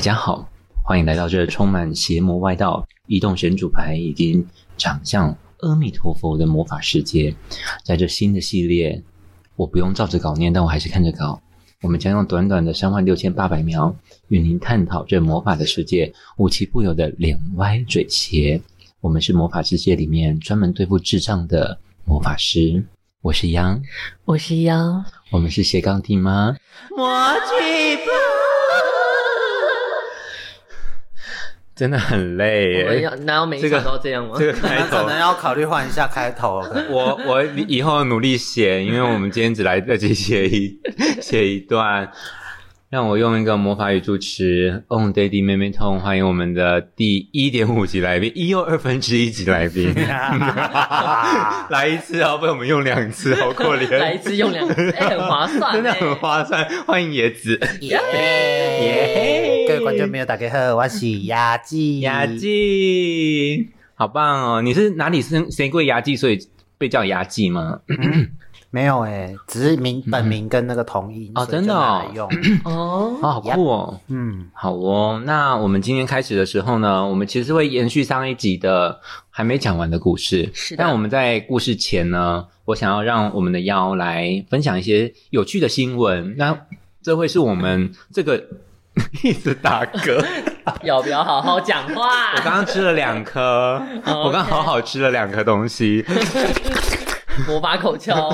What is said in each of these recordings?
家好，欢迎来到这充满邪魔外道、移动神主牌以及长相阿弥陀佛的魔法世界。在这新的系列，我不用照着稿念，但我还是看着稿。我们将用短短的三万六千八百秒，与您探讨这魔法的世界无奇不有的脸歪嘴斜。我们是魔法世界里面专门对付智障的魔法师。我是杨，我是妖，我们是斜杠弟妈。魔去吧！真的很累我们耶。要哪有每一场都要这样吗？哎这个开 可头，能要考虑换一下开头。我我以后努力写，因为我们今天只来得及写一写一段。让我用一个魔法语助词 on daddy 妹妹痛，欢迎我们的第一点五级来宾，一又二分之一级来宾，啊来一次啊，被我们用两次，好可来一怜，次用 两次，哎、很划算、真的哎很划算。欢迎椰子，耶各位观众朋友，大家好，我是雅纪，牙祭，好棒哦！你是哪里生谁过牙祭，所以被叫牙祭吗？嗯没有哎，只是名本名跟那个同音哦所以真的就拿哦来用。 哦。啊、好酷哦！嗯，好哦，那我们今天开始的时候呢，我们其实会延续上一集的还没讲完的故事。是的但我们在故事前呢，我想要让我们的妖来分享一些有趣的新闻。那这会是我 们这个 一直打嗝，要不要好好讲话？我刚 刚吃了两颗，哦我刚好好吃了两颗东西， 魔法口交，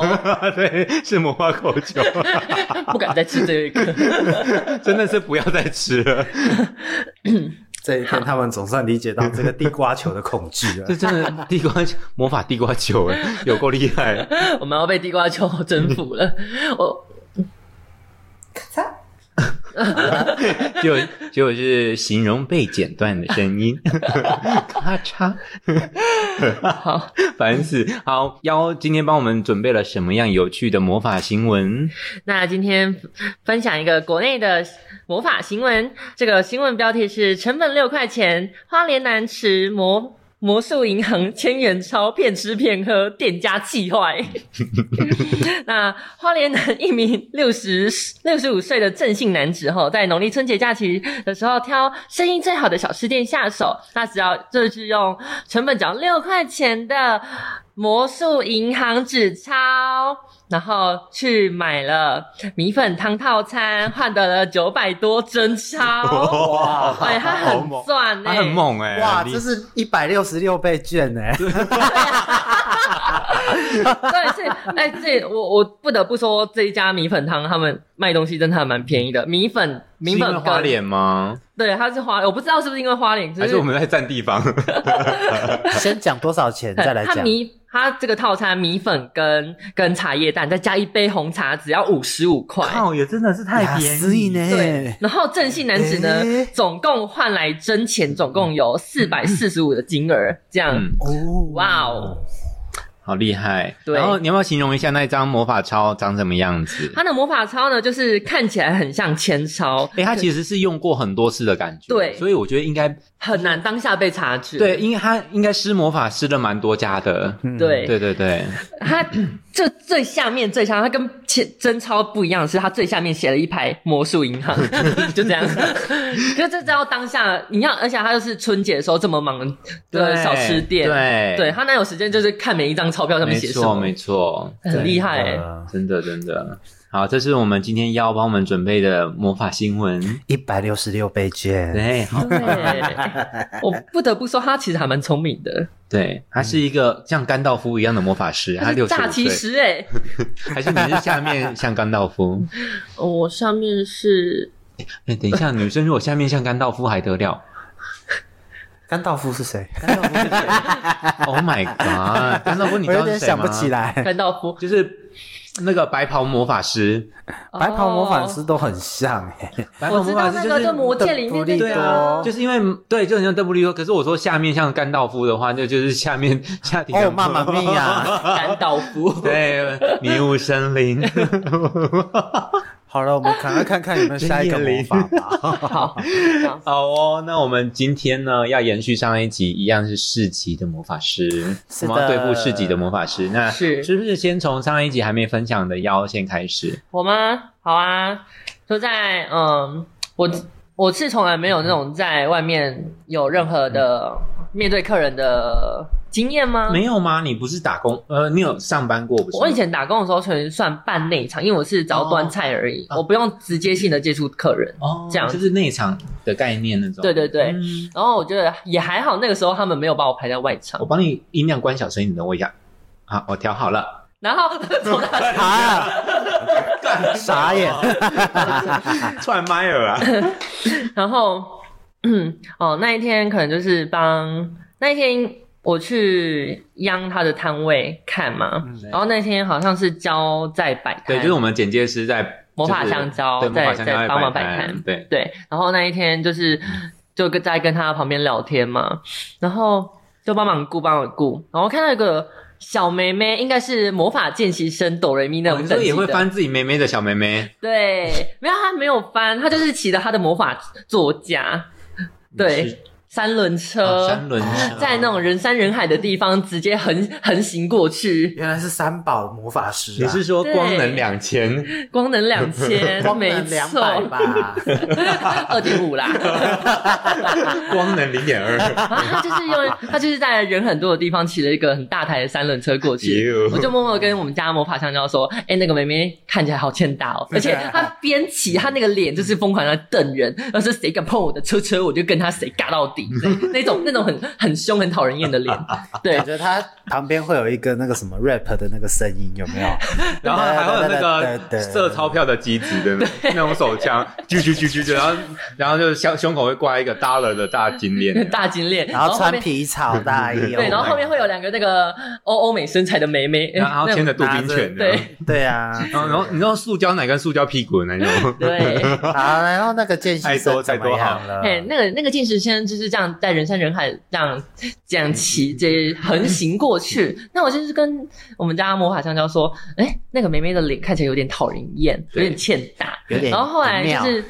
对，是魔法口球， 不敢再吃这个。真的是不要再吃了，这一天他们总算理解到这个地瓜球的恐惧了 这。真的地瓜球魔法地瓜球，哎有够厉害。我们要被地瓜球征服了。 我 就就是形容被剪断的声音，咔嚓，好， 烦死！好，妖今天帮我们准备了什么样有趣的魔法新闻？那今天分享一个国内的魔法新闻，这个新闻标题是：成本六块钱，花莲南池魔魔术银行千元钞骗吃骗喝，店家气坏。 那花莲南一名六十六十五岁的郑姓男子哈，在农历春节假期的时候挑生意最好的小吃店下手，那只要就是用成本只要六块钱的魔术银行纸钞，然后去买了米粉汤套餐，换得了九百多真钞。哇哎，他很赚呢、欸他很猛哎、哇，你这是一百六十六倍券哎！对，是哎，这我我不得不说，这一家米粉汤他们卖东西真的还蛮便宜的，米粉米是因为粉花跟脸吗？对，它是花，我不知道是不是因为花脸，就还是我们在占地方？先讲多少钱，再来它讲。米它这个套餐米粉跟跟茶叶蛋，再加一杯红茶，只要五十五块。靠，哎也真的是太雅便思宜呢？对，然后正性男子呢，哎诶总共换来真钱，总共有四百四十五的金额，这样，嗯，哦，哇哦！好厉害。对然后你要不要形容一下那张魔法钞长什么样 子？他的魔法钞呢，就是看起来很像千钞，哎、它其实是用过很多次的感觉，对所以我觉得应该很难当下被察觉。对，因为它应该施魔法施了蛮多家的，嗯对对对对。它这最下面最下面，它跟前真钞不一样，是它最下面写了一排魔术 银行，就这样。就这要当下，你要，而且它又是春节的时候这么忙的小吃店，对对，他哪有时间就是看每一张钞票上面没写什错么没，错，很厉害、欸。呃真的真的。好，这是我们今天要帮我们准备的魔法新闻。 一百六十六倍券，对，好，对，我不得不说，他其实还蛮聪明的，对，他是一个像甘道夫一样的魔法师， 他他是六十诈五欺岁，师哎、欸还是你是下面像甘道 夫？哦我上面是哎，等一下，女生如果下面像甘道夫还得了甘道夫是谁？ ？Oh my god！甘道夫，你我知有道是点谁想吗不起，来。 甘道夫，就是那个白袍魔法师，白袍魔法哦师都很像哎、白袍我魔知法道师那就个是就魔界里面那邓布利个多啊，就是因为对，就很像邓布利多。可是我说下面像甘道夫的话，那就是下面 下体哦，妈妈咪啊呀！甘道夫。 对，迷雾森林。 好了，我们赶快看看有没有下一个魔法 吧。好，好哦，那我们今天呢要延续上一集，一样是市级的魔法师，是我的们要对付市级的魔法师。那是是不是先从上一集还没分享的妖先开始？我吗？好啊，就在嗯，我我是从来没有那种在外面有任何的面对客人的经验吗？没有吗？你不是打工？呃，你有上班过不是吗？我以前打工的时候全算半内场，因为我是只要端菜而啊已，我不用直接性的接触客人。哦，这样就是内场的概念那种。对对对嗯然后我觉得也还好，那个时候他们没有把我排在外场我。帮你音量关小声一点，等我一下。好，我调好 了。然后从那 啊， 傻眼，串麦尔啊！然后，嗯，哦，那一天可能就是帮那一天我去央他的摊位看嘛，嗯然后那天好像是教在摆摊，对，就是我们剪接师在魔法就是香蕉对，魔法在香在蕉帮忙摆摊摊，对，对，然后那一天就是嗯就跟在跟他旁边聊天嘛，然后就帮忙顾帮忙顾，然后看到一个小妹妹，应该是魔法见习生哆瑞咪那我种们等哦也级会的，翻自己妹妹的小妹妹，对，没有他没有翻，他就是骑着他的魔法座驾，对，三轮啊车。三轮 车在那种人山人海的地方直接横横行过去，原来是三宝魔法师你啊，是说对光能两千？光能两 千，光没能两错，百吧？ 二点五啦。光能零 点二？啊，他就是用 他就是在人很多的地方骑了一个很大台的三轮车过去 Ew，我就默默跟我们家魔法香蕉说：“哎、那个妹妹看起来好欠打 哦，而且她边骑，她那个脸就是疯狂的瞪人，要是谁敢碰我的车车，我就跟他谁尬到 底，那那种那种很很凶、很讨人厌的脸。”对，觉得他旁边会有一个那个什么 rap 的那个声音，有没有？然后还会有那个对对对对射钞票的机子的那种手枪，啾啾啾啾啾，然后然后就是胸胸口会挂一个 dollar 的大金链 大金链，然后后穿面皮哦草大 衣，，Oh 对，然后后面会有两个那个欧欧美身材的妹妹，然后 那种牵着杜宾犬的，对对啊，然后然后你知道塑胶奶跟塑胶屁股的那 种，对。好，然后那个见习生怎么样哎、了？那个那个进食先就是这样在人山人海这样这样骑这横行过去。那我就是跟我们家魔法香蕉说，哎、那个梅梅的脸看起来有点讨人厌，有对点欠打。有点然后后来妙就是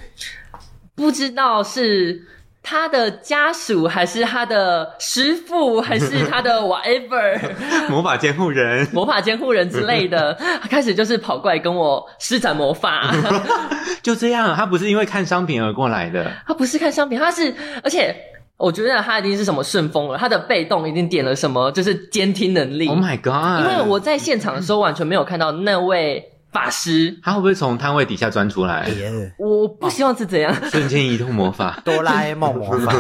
不知道是。他的家属还是他的师傅，还是他 的 whatever 魔法监护人。魔法监护人之类的，开始就是跑过来跟我施展魔法。就这样，他不是因为看商品而过来的，他不是看商品，他是，而且我觉得他一定是什么顺风了，他的被动一定点了什么，就是监听能力。 Oh my god！因为我在现场的时候完全没有看到那位法师，他会不会从摊位底下钻出哎来，耶，？我不希望是怎样， 瞬间移动魔法哆啦 A 梦魔法，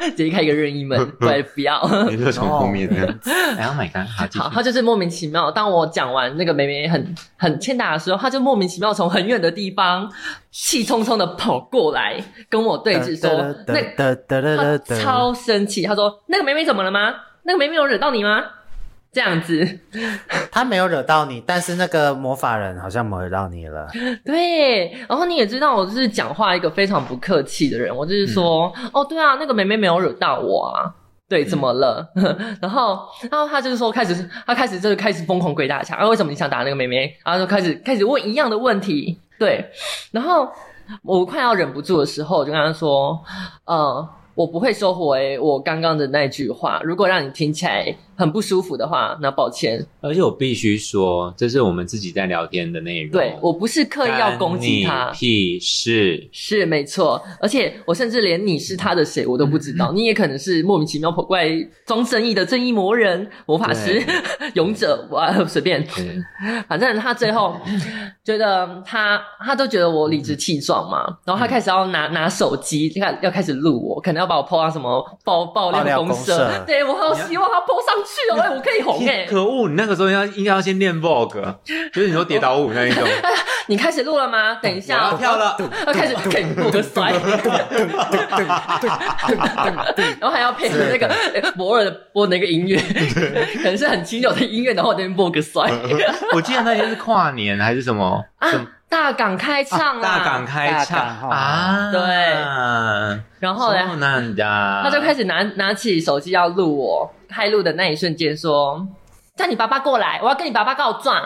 直接开一个任 意门，对，不要。你说从后面的？Oh my god！好，继续哦好，他就是莫名其妙。当我讲完那个梅梅很很欠打的时候，他就莫名其妙从很远的地方气冲冲的跑过来跟我对峙说：“那得得他得得，超生气，他说：“那个妹妹怎么了吗？那个妹妹有惹到你吗？”这样子，他没有惹到你，但是那个魔法人好像没有惹到 你了。对。然后你也知道，我就是讲话一个非常不客气的人，我就是说：“哦，对啊，那个妹妹没有惹到我啊。”对，怎么了？ 然后，然后他就是说，开始，他开始就是开始疯狂鬼打墙。啊，为什么你想打那个妹妹？然后就开始开始问一样的问题。对，然后我快要忍不住的时候，我就跟他说：“呃，我不会收回我刚刚的那句话。如果让你听起来很不舒服的话，那抱歉，而且我必须说，这是我们自己在聊天的内容。对我不是刻意要攻击干他你。”屁 事！是没错，而且我甚至连你是他的谁我都不知道，你也可能是莫名其妙跑过来装正义的正义魔人、魔法师、 勇者，我啊随便，对反正他最后觉得他他都觉得我理直气壮嘛，然后他开始要拿拿手机，要要开始录我，可能要把我 PO 上什么爆爆爆料料公公社对我好希望他 PO 上去哦，哎、我可以红哎、可恶！你那个时候要应该要先练 Vogue，就是你说跌倒舞那一 种。你开始录了吗？等一我下要哦，跳了， 要开始给我个摔，然后还要配合那个摩尔的播那个音乐，可能是很轻柔的音乐，然后我那边播个摔我记得那天是跨年还是什么？什么啊，大港开唱啦，大港开大港唱哦啊！对，然后嘞，そうなんだ他就开始拿拿起手机要录我开录的那一瞬间说。叫你爸爸过来，我要跟你爸爸告状。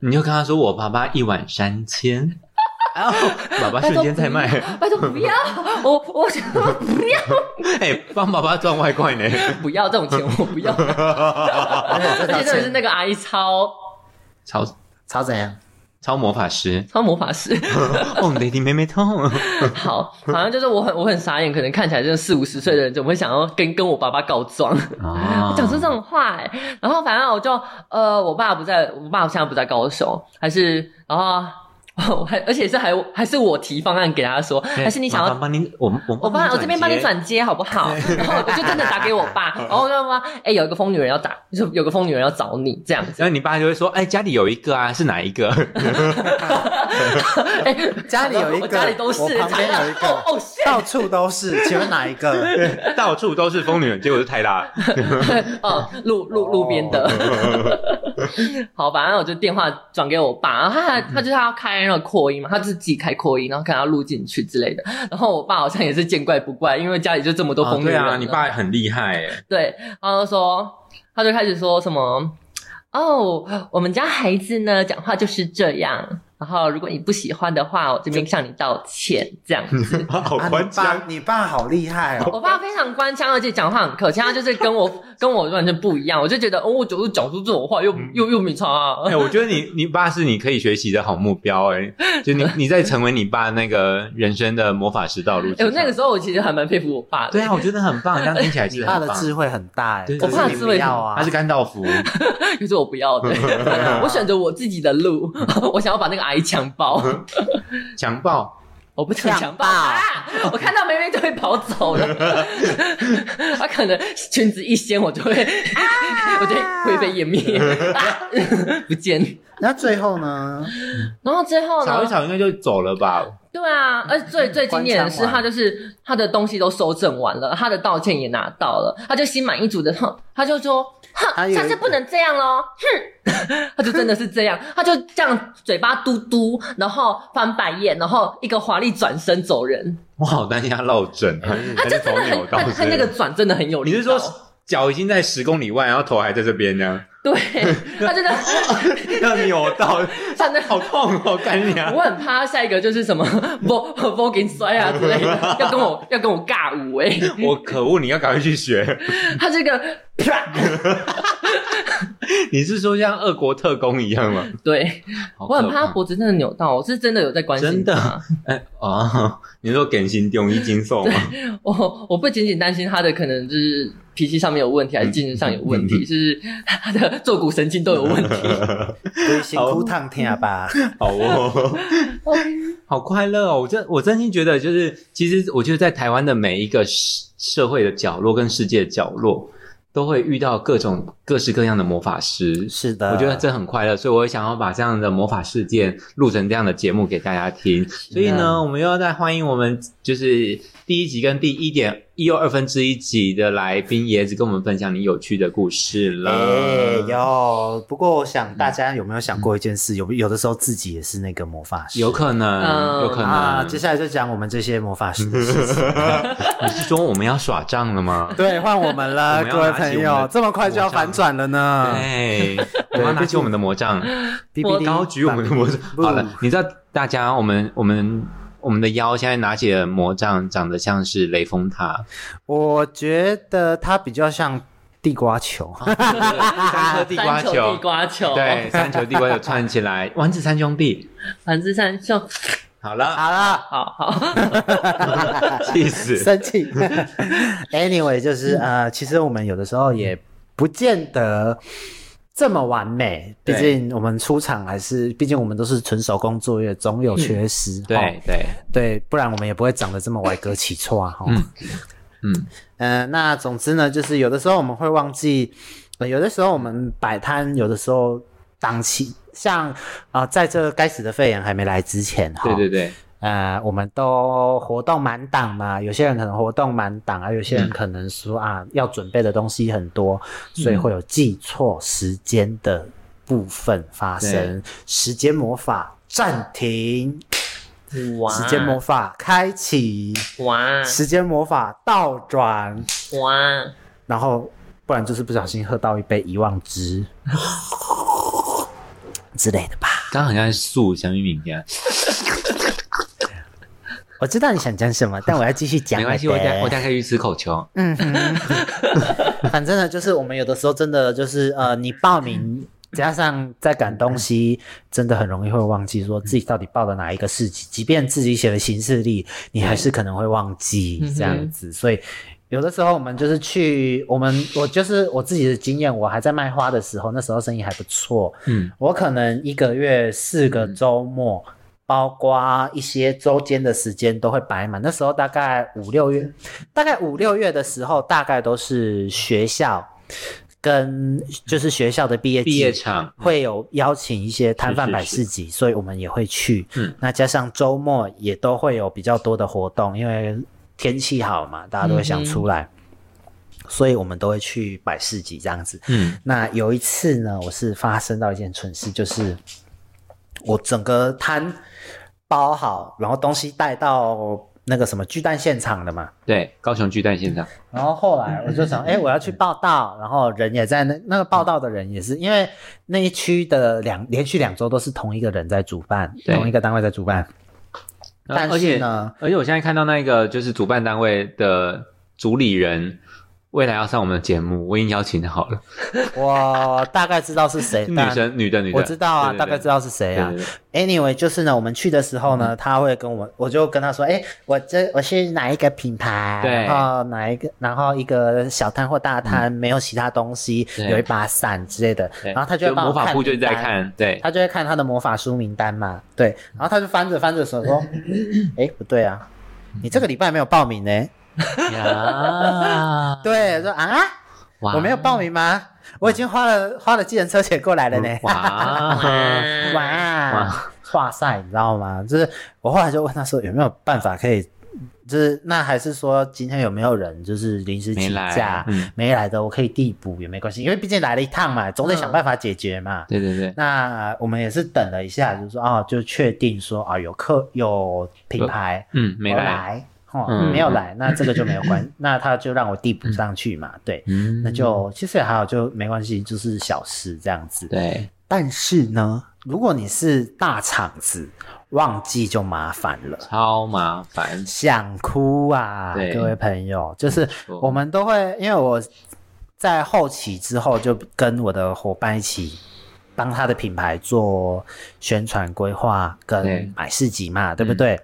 你就跟他说：“我爸爸一碗三千。” 然后爸爸瞬间在卖，拜托不要，我我想说不要哎、帮爸爸赚外快呢。不要这种钱，我不要。而且真的是那个阿姨超，超 超怎样？啊超魔法师 超魔法师。哦，雷霆妹妹痛，好，好像就是我很我很傻眼，可能看起来真的四五十岁的人，怎么会想要跟跟我爸爸告状？ 啊讲出这种话、欸，然后反正我就呃，我爸不在，我爸现在不在高雄，还是然后我还 而且是还还是我提方案给他说，还是你哎想麻要烦帮你，我们我我帮我这边帮你接，转接好 不好？然后我就真的打给我爸，然后我就说，哎、有一个疯女人要打，就是有个疯女人要找你这样子，然后你爸就会说，哎，家里有一个啊，是哪一个？哎、家里有一个我家里都是，我旁边有一 个哦哦，shit 到处都是，请问哪一 个？哎到处都是疯女人，结果是泰拉。哦，路路路边的。哦 好，反正我就电话转给我爸，然后他他就是要开那个扩音嘛，他就是自己开扩音，然后看他录进去之类的。然后我爸好像也是见怪不怪，因为家里就这么多哦疯女对人啊了、啊，你爸很厉害哎，对，然后就说他就开始说什么哦，我们家孩子呢讲话就是这样。然后，如果你不喜欢的话，我这边向你道歉，这样子。好啊你爸，。你爸好厉害哦！我爸非常官腔，而且讲话很客气，他就是跟我 跟我完全不一样。我就觉得，哦，我就是讲出这种话，又又又没差、 啊。哎，我觉得你你爸是你可以学习的好目标哎，就你你在成为你爸那个人生的魔法师道路之上。哎、我那个时候我其实还蛮佩服我 爸的。对啊，我觉得很棒，这样听起来你是爸很的棒。智慧很大哎，对可我爸是的你智不慧要啊，他是甘道夫，可是我不要的，我选择我自己的路， 我想要把那个阿姨强暴，强 暴，我不想强暴啊！我看到妹妹就会跑走了，她可能裙子一掀，我就会， 我就会灰飞烟灭，啊 不见。那最后呢？然后最后吵一呢？吵应该就走了吧？对啊，而且最最经典的是，关他枪完就是他的东西都收证完了，他的道歉也拿到了，他就心满意足的，哼，他就说，他哼，有下次不能这样喽，哼，他就真的是这样，他就这样嘴巴嘟嘟，然后翻白眼，然后一个华丽转身走人，我好担心他落枕，啊哎他还就是啊真头的扭很，到他之类的。他那个转真的很有力你道，是说脚已经在十公里外，然后头还在这边 呢？对，他真的，要扭到，真的好痛哦，干娘我！很怕下一个就是什么 vo voguing 摔啊之类的，要跟我要跟我尬舞哎、我可恶，你要赶快去学。 他这个啪，你是说像俄国特工一样吗？对。好我很怕可他怕脖子真的扭到，我是真的有在关心真的他哎哦，你说给心丢一斤瘦吗？我我不仅仅担心他的可能就是脾气上面有问题，还是精神上有问嗯题，就是他的坐骨神经都有问题。所以辛苦烫天啊吧，好哦，好快乐哦！我真我真心觉得，就是其实我觉得在台湾的每一个社社会的角落跟世界的角落，都会遇到各种各式各样的魔法师。是的，我觉得这很快乐，所以我也想要把这样的魔法事件录成这样的节目给大家听。所以呢，我们又要再欢迎我们就是第一集跟第一点一又二分之一集的来宾椰子，跟我们分享你有趣的故事了。哎有，不过我嗯想大家有没有想过一件事？有有的时候自己也是那个魔法师，有可能，嗯有可能。啊。接下来就讲我们这些魔 法师的事情。你是说我们要耍仗了吗？对，换我们我了，们要各位拿起朋我们友的，这么快就要魔杖反转了呢。啊对，哎我们要拿起我们的魔杖，哔哔 哩高举我们的魔杖。好了，你知道大家，我们我们我们的腰现在拿起了魔杖，长得像是雷峰塔，我觉得它比较像地瓜球，三颗地瓜三球球地，瓜球，对，，三球地瓜球串起来，丸子三兄弟。反之三秀， 好了，好了，好好，气死！ 生气。anyway，就是呃，其实我们有的时候也不见得。这么完美，毕对竟我们出场还是，毕竟我们都是纯手工作业，总有缺失。哦对齁对，对，不然我们也不会长得这么歪哥起错啊。哈、嗯嗯，嗯，那总之呢，就是有的时候我们会忘记，呃、有的时候我们摆摊，有的时候档期，像啊、呃在这该死的肺炎还没来之前，哈，对对对，呃，我们都活动满档嘛，有些人可能活动满档啊，有些人可能说啊，要准备的东西很多，嗯所以会有记错时间的部分发生，时间魔法暂停，哇，时间魔法开启，哇时间魔法倒转。哇，然后不然就是不小心喝到一杯遗忘汁之类的吧。刚好像素小米饼干，我知道你想讲什么，但我要继续讲。没关系，我等我等下可以去吃口球。 嗯哼，反正呢，就是我们有的时候真的就是呃，你报名。加上在赶东西，真的很容易会忘记说自己到底报了哪一个市集，即便自己写了行事历，你还是可能会忘记嗯哼这样子，所以。有的时候我们就是去，我们我就是我自己的经验，我还在卖花的时候，那时候生意还不错，嗯，我可能一个月四个周末，包括一些周间的时间都会摆满。那时候大概五六月，大概五六月的时候，大概都是学校跟就是学校的毕业季毕业场会有邀请一些摊贩摆市集，所以我们也会去。嗯那加上周末也都会有比较多的活动，因为天气好嘛，大家都会嗯想出来，所以我们都会去摆市集这样子。嗯那有一次呢，我是发生到一件蠢事，就是我整个摊包好，然后东西带到那个什么巨蛋现场的嘛。对，高雄巨蛋现场，然后后来 我就想，哎、我要去报道，然后人也在那，那个报道的人也是，因为那一区的两连续两周都是同一个人在主办，对同一个单位在主办，但而且是呢，而且我现在看到那个就是主办单位的主理人，未来要上我们的节目，我已经邀请好了，我大概知道是谁，是但女生，女的，女的，我知道啊，对大概知。道是谁对啊对。对对 Anyway，就是呢，我们去的时候嗯呢，他会跟我，我就跟他说，哎、我这我是哪一个品牌，对嗯然后哪一个，然后一个小摊或大摊，没有其他东西，对有一把伞之类的，对然后他就会帮魔我法部看就名单在，看，嗯对，他就会看他的魔法书名单嘛，对，然后他就翻着翻着 手说，哎、不对啊，嗯你这个礼拜没有报名呢、呀，对，说啊，哇 我没有报名吗？我已经花了花了计程车钱过来了呢、 哇，哇哇塞，你知道吗？就是我后来就问他说有没有办法可以，就是那还是说今天有没有人就是临时没请来假嗯没来的，我可以递补也没关系，因为毕竟来了一趟嘛，总得想办法解决嘛。对对对，那我们也是等了一下，就是说啊，就确定说啊有客有品牌嗯，没有来，来。哦嗯，没有来，那这个就 没有关，那他就让我递补上去嘛，对，嗯，那就其实也还好，就没关系，就是小事这样子。对，但是呢，如果你是大厂子，忘记就麻烦了。超麻烦，想哭啊对，各位朋友，就是错我们都会，因为我在后期之后就跟我的伙伴一起帮他的品牌做宣传规划对嗯跟买市集嘛，对不对？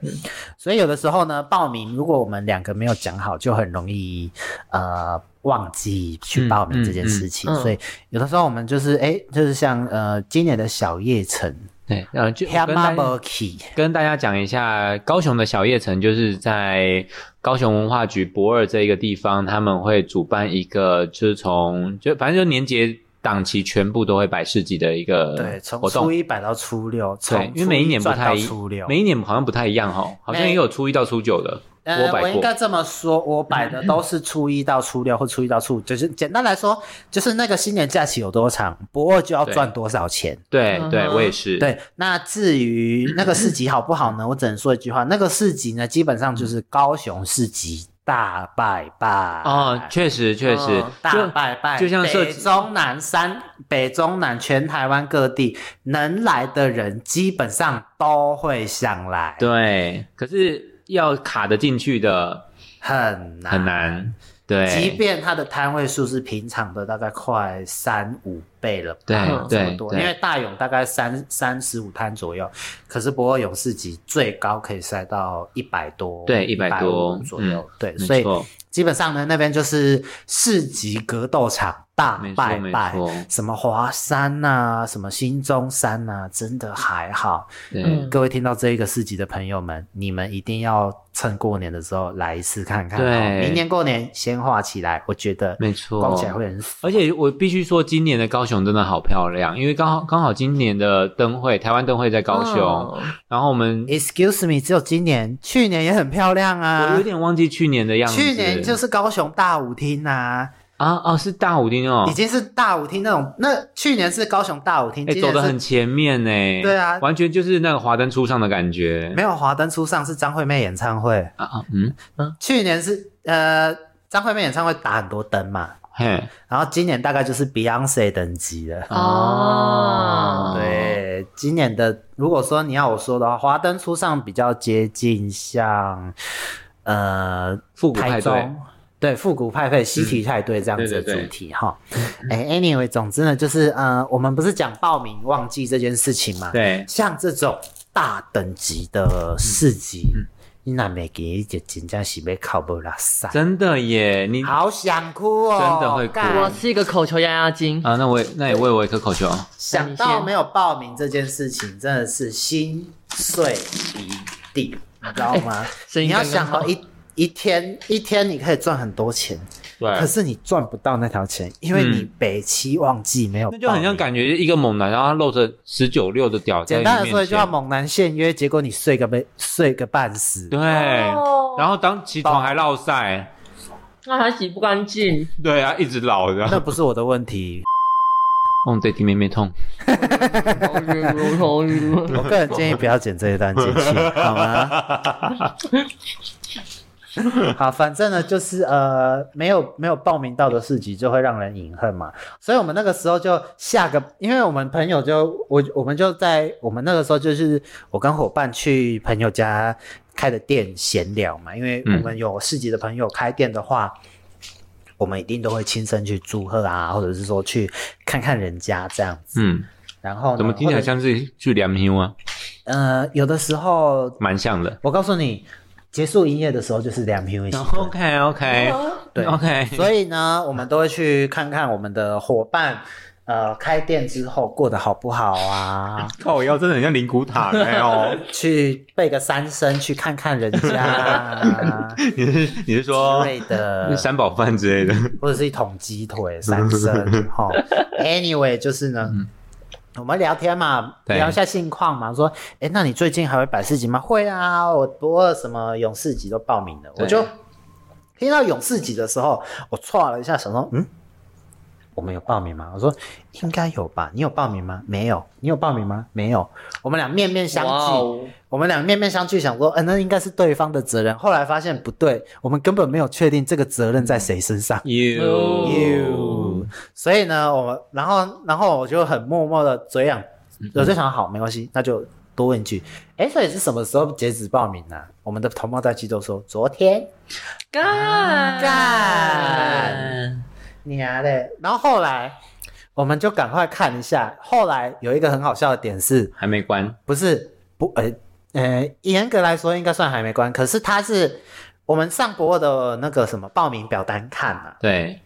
所以有的时候呢，报名如果我们两个没有讲好，就很容易呃忘记去报名这件事嗯情。嗯嗯所以有的时候我们就是哎，就是像呃今年的小夜城。对，呃，就我天跟妈大家不起，跟大家讲一下，高雄的小夜城就是在高雄文化局博二这一个地方，他们会主办一个，就是从就反正就年节档期全部都会摆市集的一个对，从呃活初动。一摆到初六，对从，因为每一年不初太转一到初六，每一年好像不太一样哈，好像也有初一到初九的，呃，我摆我应过该。这么说，我摆的都是初一到初六或初一到初五，就是简单来说，就是那个新年假期有多长，不二就要对赚多少钱。对嗯哼对，我也是。对，那至于那个市集好不好呢？我只能说一句话，那个市集呢，基本上就是高雄市集大拜拜哦，确实确实嗯，大就拜拜，就像设北中南三北中南全台湾各地能来的人，基本上都会想来，对，可是要卡得进去的很难很难。对，即便它的摊位数是平常的大概快三五倍了吧，对嗯这么对多，对因为大勇大概三三十五摊左右，可是博尔勇士集最高可以塞到一百多，对100多150左右，嗯对，所没以错，基本上呢，那边就是市集格斗场大没错拜没拜错，什么华山呐、什么新中山呐、真的还好。对嗯各位听到这一个市集的朋友们，你们一定要趁过年的时候来一次看看。对哦明年过年先画起来，我觉得没错，逛起来会很爽。而且我必须说，今年的高雄真的好漂亮，因为刚好刚好今年的灯会，台湾灯会在高雄，哦哦然后我们 Excuse me，只有今年，去年也很漂亮我啊有。点忘记去年的样子，去年就是高雄大舞厅啊，啊哦是大舞厅哦已，经是大舞厅那种。那去年是高雄大舞厅，哎、今走年的很是前面呢，对啊完全就是那个华灯初上的感觉，没有华灯初上，是张惠妹演唱会。啊啊嗯去年是呃张惠妹演唱会打很多灯嘛，嘿然后今年大概就是 Beyonce 等级了。哦对，今年的如果说你要我说的话，华灯初上比较接近像呃复古派台中对对复古派配西提派对这样子的对对对主题 哈。哎，anyway，总之呢，就是呃，我们不是讲报名旺季这件事情嘛？对，像这种大等级的市嗯集，你那没给就真正是被靠不拉萨，真的耶，你好想哭哦，真的会哭干我是一个口球压压惊，啊，那我也那也喂我一颗口球，想到没有报名这件事情，真的是心碎一地，你知道吗？哎声你音要刚刚想好哦，一一天一天你可以赚很多钱，对可是你赚不到那条钱，因为你嗯北期旺季没有报那名，就很像感觉一个猛男，然后他露着十九六的屌在简你单的面说一句话，前，猛男现约，结果你睡个被睡个半死。对，哦然后当起床还落晒，那还洗不干 净，对啊，一直老那着，不是我的问题，哦，对，听妹妹痛，头 晕 我个人建议不要剪这一段进去，好吗？好，反正呢，就是呃，没有没有报名到的市集就会让人隐恨嘛，所以我们那个时候就下个，因为我们朋友就我我们就在我们那个时候就是我跟伙伴去朋友家开的店闲聊嘛，因嗯为我们有市集的朋友开店的话，我们一定都会亲身去祝贺啊，或者是说去看看人家这样子，嗯，然后呢怎么听起来或者像是去凉妞啊？呃，有的时候蛮像的。我告诉你，结束营业的时候就是两瓶威士忌。 OK OK 对 OK， 所以呢，我们都会去看看我们的伙伴，呃，开店之后过得好不好啊？靠腰真的很像灵骨塔哎 哦，去背个三声，去看看人家啊你是你是之说类的，三宝饭之类的？或者是一桶鸡腿三升。哈、Anyway，就是呢。我们聊天嘛，对聊一下近况嘛。说，哎，那你最近还会摆市集吗？会啊，我不二什么勇士集都报名了。对我就听到勇士集的时候，我错了一下，想说，嗯，我们有报名吗？我说应该有吧。你有报名吗？没有。你有报名吗？没有。我们俩面面相哇觑，哦，我们俩面面相觑，想说，嗯、那应该是对方的责任。后来发现不对，我们根本没有确定这个责任在谁身上。 You You 所以呢，我们然后然后我就很默默的嘴痒，嗯我就想好没关系，那就多问一句，哎，所以是什么时候截止报名呢、我们的同胞在激动说昨天，干干，你娘的！然后后来我们就赶快看一下，后来有一个很好笑的点是，还没关，不是不呃呃，严格来说应该算还没关，可是它是我们上博的那个什么报名表单看嘛、对，，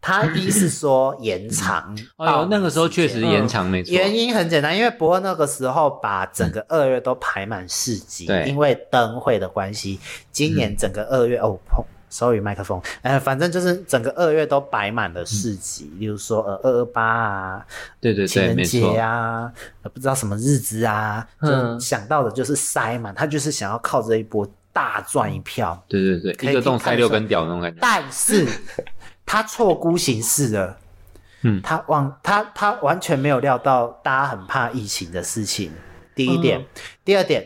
他一是说延长哎报呦，名那个时候确时实间延长没错，原因很简单，因为博那个时候把整个二月都排满市集，对嗯因为灯会的关系，今年整个二月、哦，砰，sorry 麦克风，呃，反正就是整个二月都摆满了市集，例如说呃二二八啊，嗯对对情对，人没节错，啊，呃不知道什么日子啊，嗯就想到的就是塞满，他就是想要靠这一波大赚一票，对对对，可以一个洞看塞一六下根屌那种感觉，但 是他错估形势了。嗯他忘他他完全没有料到大家很怕疫情的事情。第一点，嗯第二点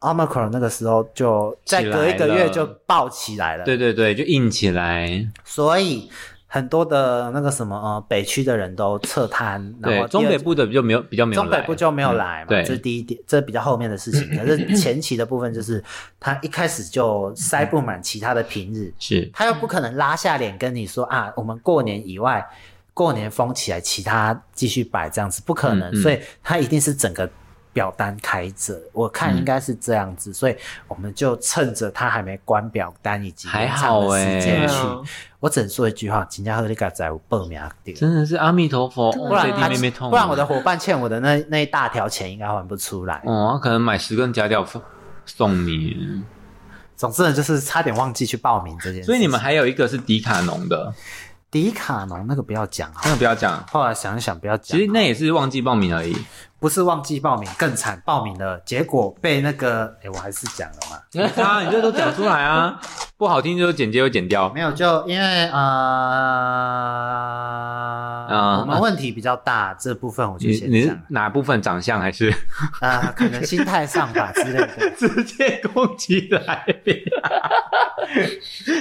，Omicron 那个时候就再起来隔一个月了就爆起来了，对对对，就硬起来，所以很多的那个什么呃北区的人都撤摊，然对后，第二中北部的就没有比较没有中来，嗯北部就没有来嘛，对这是第一点，这比较后面的 事情。可是前期的部分就是他一开始就塞不满其他的平日，是他又不可能拉下脸跟你说啊，我们过年以外，过年封起来，其他继续摆这样子，不可能，嗯嗯所以他一定是整个表单开着，我看应嗯该是这样子，所以我们就趁着他还没关表单以及还延长好的时欸间去。对啊我只能说一句话，今天喝你个仔有报名啊对。真的是阿弥陀佛，不哦然这啊他地妹妹痛，不然我的伙伴欠我的那那一大条钱应该还不出来。哦，他可能买十根假屌送你，总之呢，就是差点忘记去报名这件事。所以你们还有一个是迪卡侬的，迪卡侬那个不要讲好那个不要讲。后来想一想，不要讲其好。实那也是忘记报名 而已。不是忘记报名，更惨，报名了，结果被那个，哎、我还是讲了嘛，啊，你这都讲出来啊，不好听就剪接就剪掉没。有，就因为呃，啊我们问题比较大，这部分我就你先你讲是了哪部分长相还是 啊、可能心态上吧之类的。直接攻击来宾？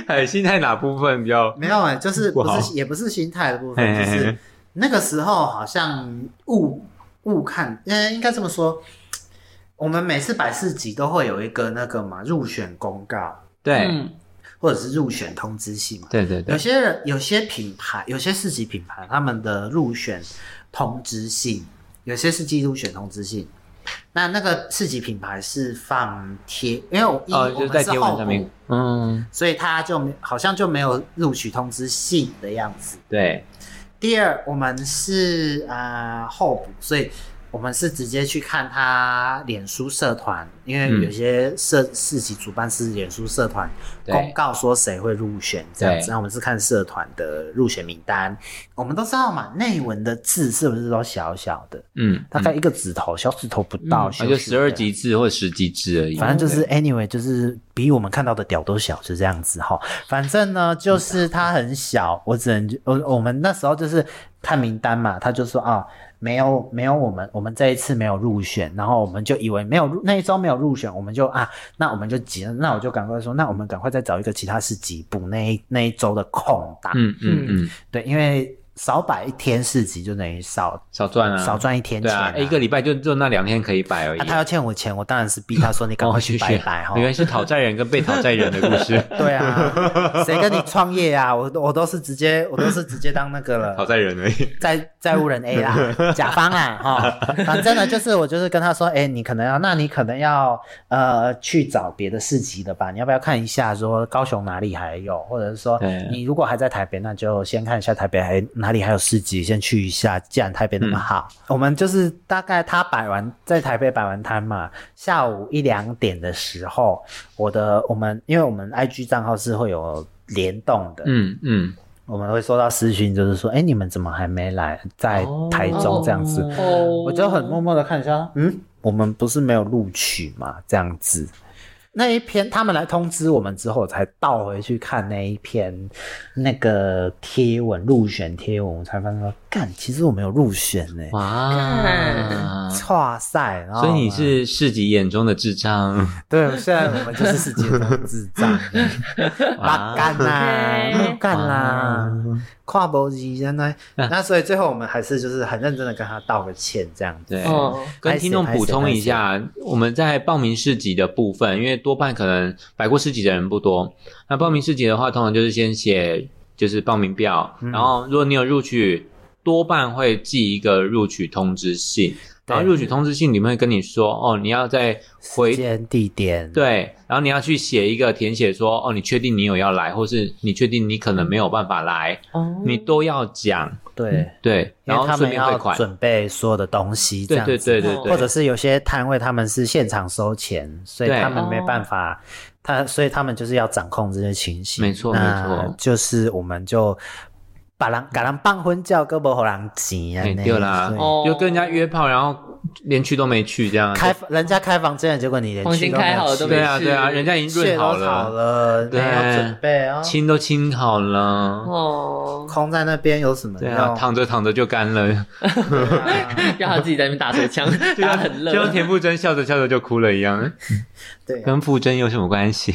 哎，心态哪部分比较？没有哎、就是不哇是也不是心态的部分，嘿嘿就嘿是那个时候好像误误看，嗯，应该这么说，哎我们每次百事集都会有一个那个嘛入选公告，对，嗯或者是入选通知信嘛。对对对有，些人有些品牌，有些市级品牌，他们的入选通知信，有些是寄入选通知信。那那个市级品牌是放贴，因为我一、哦，我就是们在是贴文候上补面，嗯，所以他就没好像就没有录取通知信的样子。对，第二，我们是呃候补，所以我们是直接去看他脸书社团，因为嗯有些社市级主办是脸书社团对公告说谁会入选这样子，对那我们是看社团的入选名单。我们都知道嘛，内文的字是不是都小小的，嗯，大概一个指头，小指头不到，啊小就小十的二级制或者十级制而已，反正就是 anyway，就是比我们看到的屌都小，就这样子哈。反正呢，嗯就是它很小，我只能我我们那时候就是看名单嘛，他就说啊，没有没有我们我们这一次没有入选，然后我们就以为没有入那一周没有入选，我们就啊，那我们就急了，那我就赶快说，那我们赶快再找一个其他市集补那一那一周的空档，嗯嗯嗯，对，因为少摆一天市集就等于少少赚啊，少赚一天对钱、啊，一个礼拜就就那两天可以摆而已啊，。他要欠我钱，我当然是逼 他说你赶快哦去拜拜哈。原来是讨债人跟被讨债人的故 事。对啊，谁跟你创业啊？我我都是直接，我都是直接当那个讨了，债人而已。债债务人 A 啦，甲方啦，哈、反正呢，就是我就是跟他说，哎、你可能要，那你可能要呃去找别的市集的吧？你要不要看一下说高雄哪里还有，或者是说对你如果还在台北，那就先看一下台北还哪里还有市集，先去一下。既然台北那么好，我们就是大概他摆完在台北摆完摊嘛，下午一两点的时候，我的我们因为我们 IG 账号是会有联动的，嗯嗯，我们会收到私讯，就是说，哎，你们怎么还没来？在台中这样子，哦我就很默默的看一下，嗯，我们不是没有录取嘛，这样子。那一篇他们来通知我们之后，我才倒回去看那一篇那个贴文入选贴文，我才发现说，干，其实我没有入选呢、哇看！哇塞！然后所以你啊是市集眼中的智 障，对，现在我们就是世界中智障，啊八干啦， OK 干啦，跨博级现在，啊那所以最后我们还是就是很认真的跟他道个歉，这样子。对，哦跟听众补充一下，我们在报名市集的部分，因为多半可能摆过市集的人不多。那报名市集的话，通常就是先写就是报名表，嗯然后如果你有录取，多半会寄一个录取通知信。然后对录取通知信里面会跟你说，哦，你要再回时间地点，对，然后你要去写一个填写说，哦，你确定你有要来，或是你确定你可能没有办法来，哦，你都要讲。对，对，嗯因嗯然为后他顺们便汇要款。准备所有的东西，这对样对子。对对对，或者是有些摊位他们是现场收钱，所以对他们没哦办法，他所以他们就是要掌控这些情形。没错那没错就是我们就把人把人办婚叫，胳膊和人急啊哎，对啦所以哦就跟人家约炮，然后连去都没去这样。开人家开房间，结果你连黄去金都没开好有了去都对啊没去对啊，人家已经血润都好好了，了，对没有准备哦，亲都亲好了，哦，空在那边有什么对啊，用？躺着躺着就干了，对啊让他自己在那边打手 枪，就打像得很啊就热像。田馥甄笑着笑着就哭了一样，对啊，跟馥甄有什么关 系？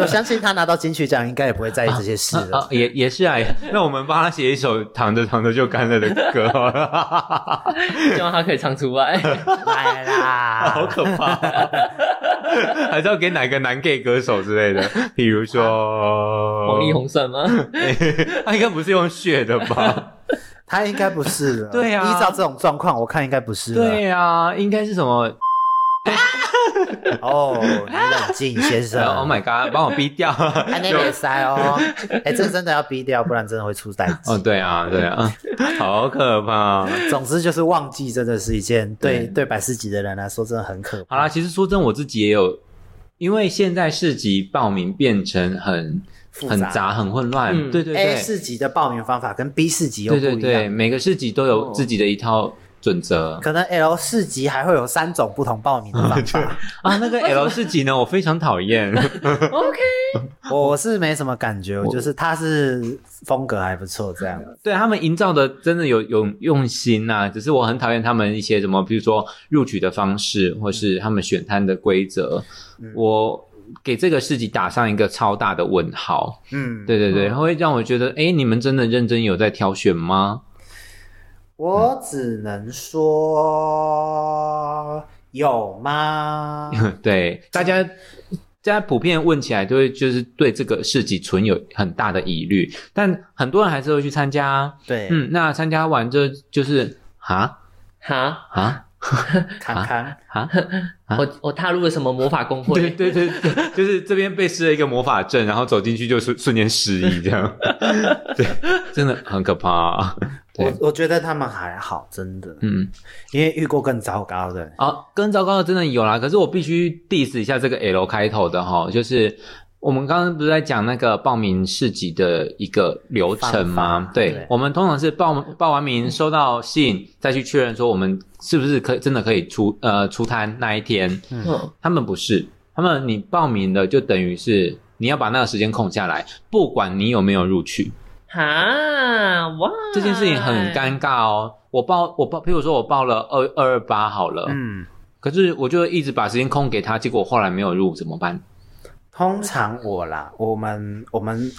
我相信他拿到金曲奖应该也不会在意这些事了啊，也也是啊，那我们帮他写一首躺着躺着就干了的 歌好了。希望他可以唱出来。来啦，好可 怕、还是要给哪个男 gay 歌手之类的，比如说王力宏，算 吗？他应该不是用血的吧？他应该不是了。对啊依照这种状况，我看应该不是了。对啊，应该是什么哦，你冷静，先生。 ？Oh my god，帮我逼掉。安内没塞哦，哎，这个真的要逼掉，不然真的会出代 哦，志。对啊，对 啊，好可怕。总之就是忘记，真的是一件对对对百事级的人来说，真的很可好怕。啦，其实说真，我自己也有，因为现在市集报名变成很复杂很杂、很混乱。嗯对对 A 对，四级的报名方法跟 B 四级又对不对一对，样，哦每个市集都有自己的一套准则。可能 L 四级还会有三种不同报名的方法。啊，那 个 L 四级呢，我非常讨厌。 OK，我是没什么感觉，我就是他是风格还不错这样。对他们营造的真的有有嗯用心呐、只是我很讨厌他们一些什么，比如说录取的方式，或嗯是他们选摊的规则，我。给这个市集打上一个超大的问号，嗯，对对对，会让我觉得，哎，你们真的认真有在挑选吗？我只能说有吗？嗯对，大家大家普遍问起来，都会就是对这个市集存有很大的疑虑，但很多人还是会去参加啊。对，嗯，那参加完这就是啊哈，啊康康，啊！啊我我踏入了什么魔法工会？对对对，对就是这边被施了一个魔法阵，然后走进去就瞬瞬间失忆这 样，对，真的很可怕、啊对我，我觉得他们还好，真的，嗯，因为遇过更糟糕的。啊，更糟糕的真的有啦，可是我必须 diss 一下这个 L 开头的哈，就是我们刚刚不是在讲那个报名市集的一个流程方吗法？对对嗯我们通常是报报完名，收到信，再去确认说我们是不是可以真的可以出呃出摊那一天。嗯，他们不是，他们你报名了就等于是你要把那个时间空下来，不管你有没有录取，哈哇，这件事情很尴尬哦。我报我报，譬如说我报了二二二八好了，嗯，可是我就一直把时间空给他，结果后来没有入怎么办？通常我啦，我们我们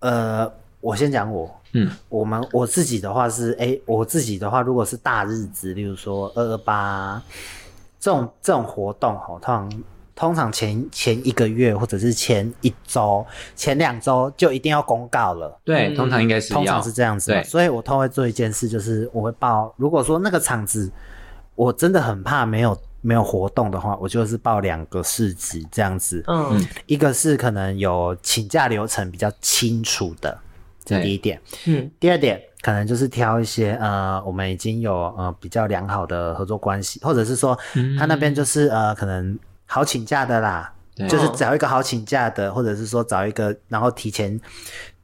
呃，我先讲我，嗯，我们我自己的话是，哎、我自己的话，如果是大日子，例如说二二八这种这种活动吼，通常通常前前一个月或者是前一周、前两周就一定要公告了。对，嗯通常应该是通要常是这样子嘛，对所以我通常会做一件事，就是我会报。如果说那个场子，我真的很怕没有没有活动的话，我就是报两个市集这样子。嗯一个是可能有请假流程比较清楚的，这是对第一点。嗯第二点可能就是挑一些呃，我们已经有呃比较良好的合作关系，或者是说嗯他那边就是呃可能好请假的啦，对就是找一个好请假的，或者是说找一个然后提前，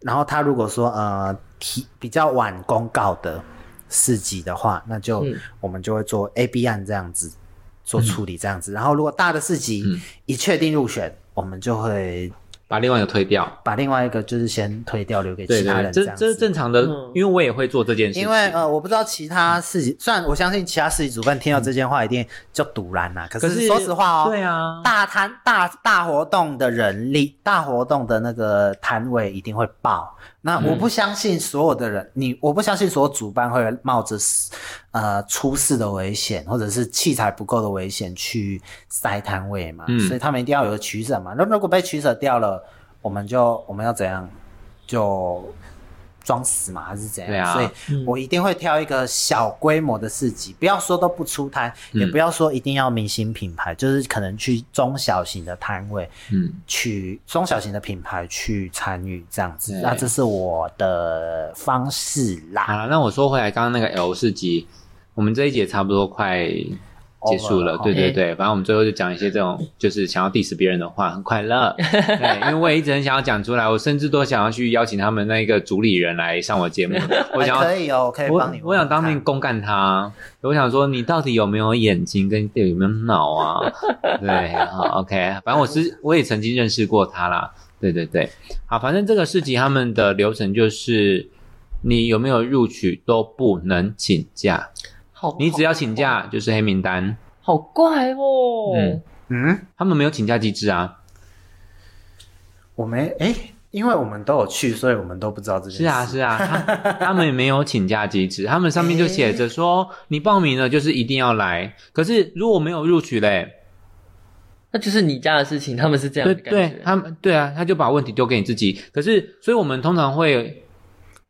然后他如果说呃提比较晚公告的市集的话，那就、嗯我们就会做 A B 案这样子做处理这样子，然后如果大的市集、嗯一确定入选，我们就会把另外一个推掉。把另外一个就是先推掉，留给对其他对，人这样这是子。正常的嗯，因为我也会做这件事情。因为呃，我不知道其他嗯市集，虽然我相信其他市集主办听到这件话一定就堵然啦，可可是说实话哦，对啊，大摊大大活动的人力，大活动的那个摊位一定会爆。那我不相信所有的人，你我不相信所有主办会冒着呃出事的危险，或者是器材不够的危险去塞摊位嘛，嗯所以他们一定要有个取舍嘛。那如果被取舍掉了，我们就我们要怎样？就装死嘛，还是怎样？对啊所以嗯我一定会挑一个小规模的市集，不要说都不出摊，嗯也不要说一定要明星品牌，就是可能去中小型的摊位嗯，去中小型的品牌去参与这样子对。啊那这是我的方式好啦。了，那我说回来，刚刚那个 L 四级，我们这一节差不多快结束了。 Over 了哦对对 OK 对，反正我们最后就讲一些这种，就是想要 diss 别人的话，很快乐。对，因为我也一直很想要讲出来，我甚至都想要去邀请他们那个主理人来上我节目，我想还可要。以哦，我可以我帮你问问看。我想当面公干他，我想说你到底有没有眼睛跟有没有脑啊？对，好，OK，反正我是我也曾经认识过他啦，对对对，好，反正这个市集他们的流程就是，你有没有录取都不能请假，哦好，你只要请假就是黑名单。好怪哦，嗯嗯，他们没有请假机制啊，我没诶，因为我们都有去，所以我们都不知道这件事。是啊是啊，他他们也没有请假机制，他们上面就写着说你报名了就是一定要来，可是如果没有录取嘞，那就是你家的事情，他们是这样对的感觉，对，他们对啊，他就把问题丢给你自己。可是，所以我们通常会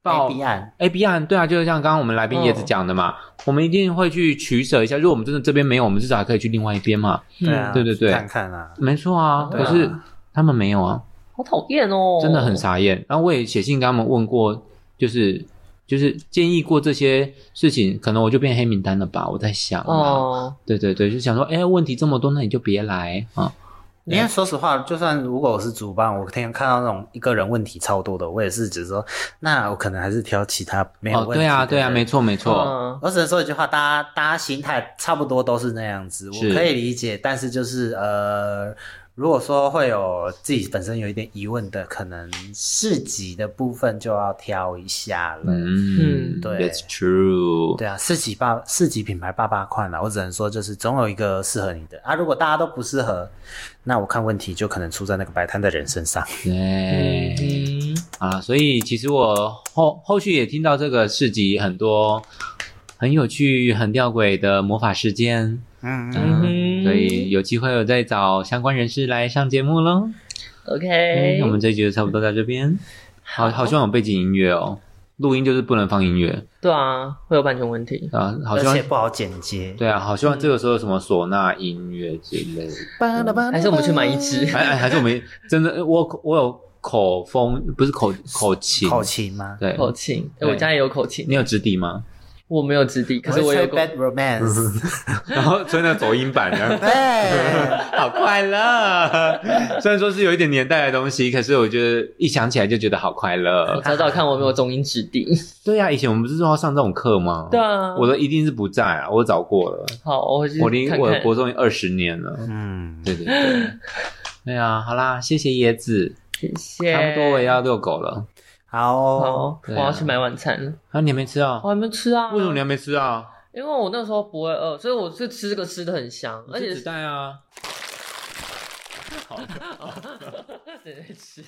报 A B 案， A B 案，对啊，就是像刚刚我们来宾叶子嗯讲的嘛，我们一定会去取舍一下。如果我们真的这边没有，我们至少还可以去另外一边嘛。嗯对啊，对对对看看啊，没错啊，对可啊是他们没有啊，好讨厌哦，真的很傻眼。然后我也写信跟他们问过，就是就是建议过这些事情，可能我就变黑名单了吧？我在想啊，哦，对对对，就想说，哎，问题这么多，那你就别来啊。因为说实话，就算如果我是主办，我天天看到那种一个人问题超多的，我也是只是说，那我可能还是挑其他没有哦，问题。对啊，对啊，没。错没错。嗯我只能说一句话，大家大家心态差不多都是那样子，我是可以理解，但是就是呃，如果说会有自己本身有一点疑问的，可能市集的部分就要挑一下了。嗯嗯对，That's true。对啊，市集爸市集品牌爸爸款啦，我只能说就是总有一个适合你的啊。如果大家都不适合，那我看问题就可能出在那个摆摊的人身上。对嗯，啊，所以其实我后后续也听到这个市集很多很有趣、很吊诡的魔法事件，嗯嗯嗯嗯，哼所以有机会我再找相关人士来上节目喽。嗯哎 OK，那我们这一集就差不多到这边。好好希望有背景音乐哦，录音就是不能放音乐对啊，会有版权问题。啊，好而希望且不好剪接。对啊，好希望这个时候有什么唢呐音乐之类的。还是我们去买一支还还还是我们真的，我我有口风，不是口口琴，口琴吗？对，口琴，哎对我家也有口琴你，有直笛吗？我没有质地，可是我有会口吹 Bad Romance， 然后吹那走音版 的，对，好快乐。 虽然说是有一点年代的东西，可是我觉得一想起来就觉得好快乐 我。找找看我有没有中音质地。对啊，以前我们不是说要上这种课吗？ 对啊，我的一定是不在啊，我找过了，好，我回去我离看我的看。国中二十年 了。 嗯，对对对，对啊，好啦，谢谢椰子，谢谢。差不多我也要遛狗了。好哦，好，我对啊要去买晚餐了，啊，你还没吃啊我？还没吃啊。为什么你还没吃啊？因为我那时候不会饿，所以我是吃这个吃的很香， 而且纸袋啊。谁在吃。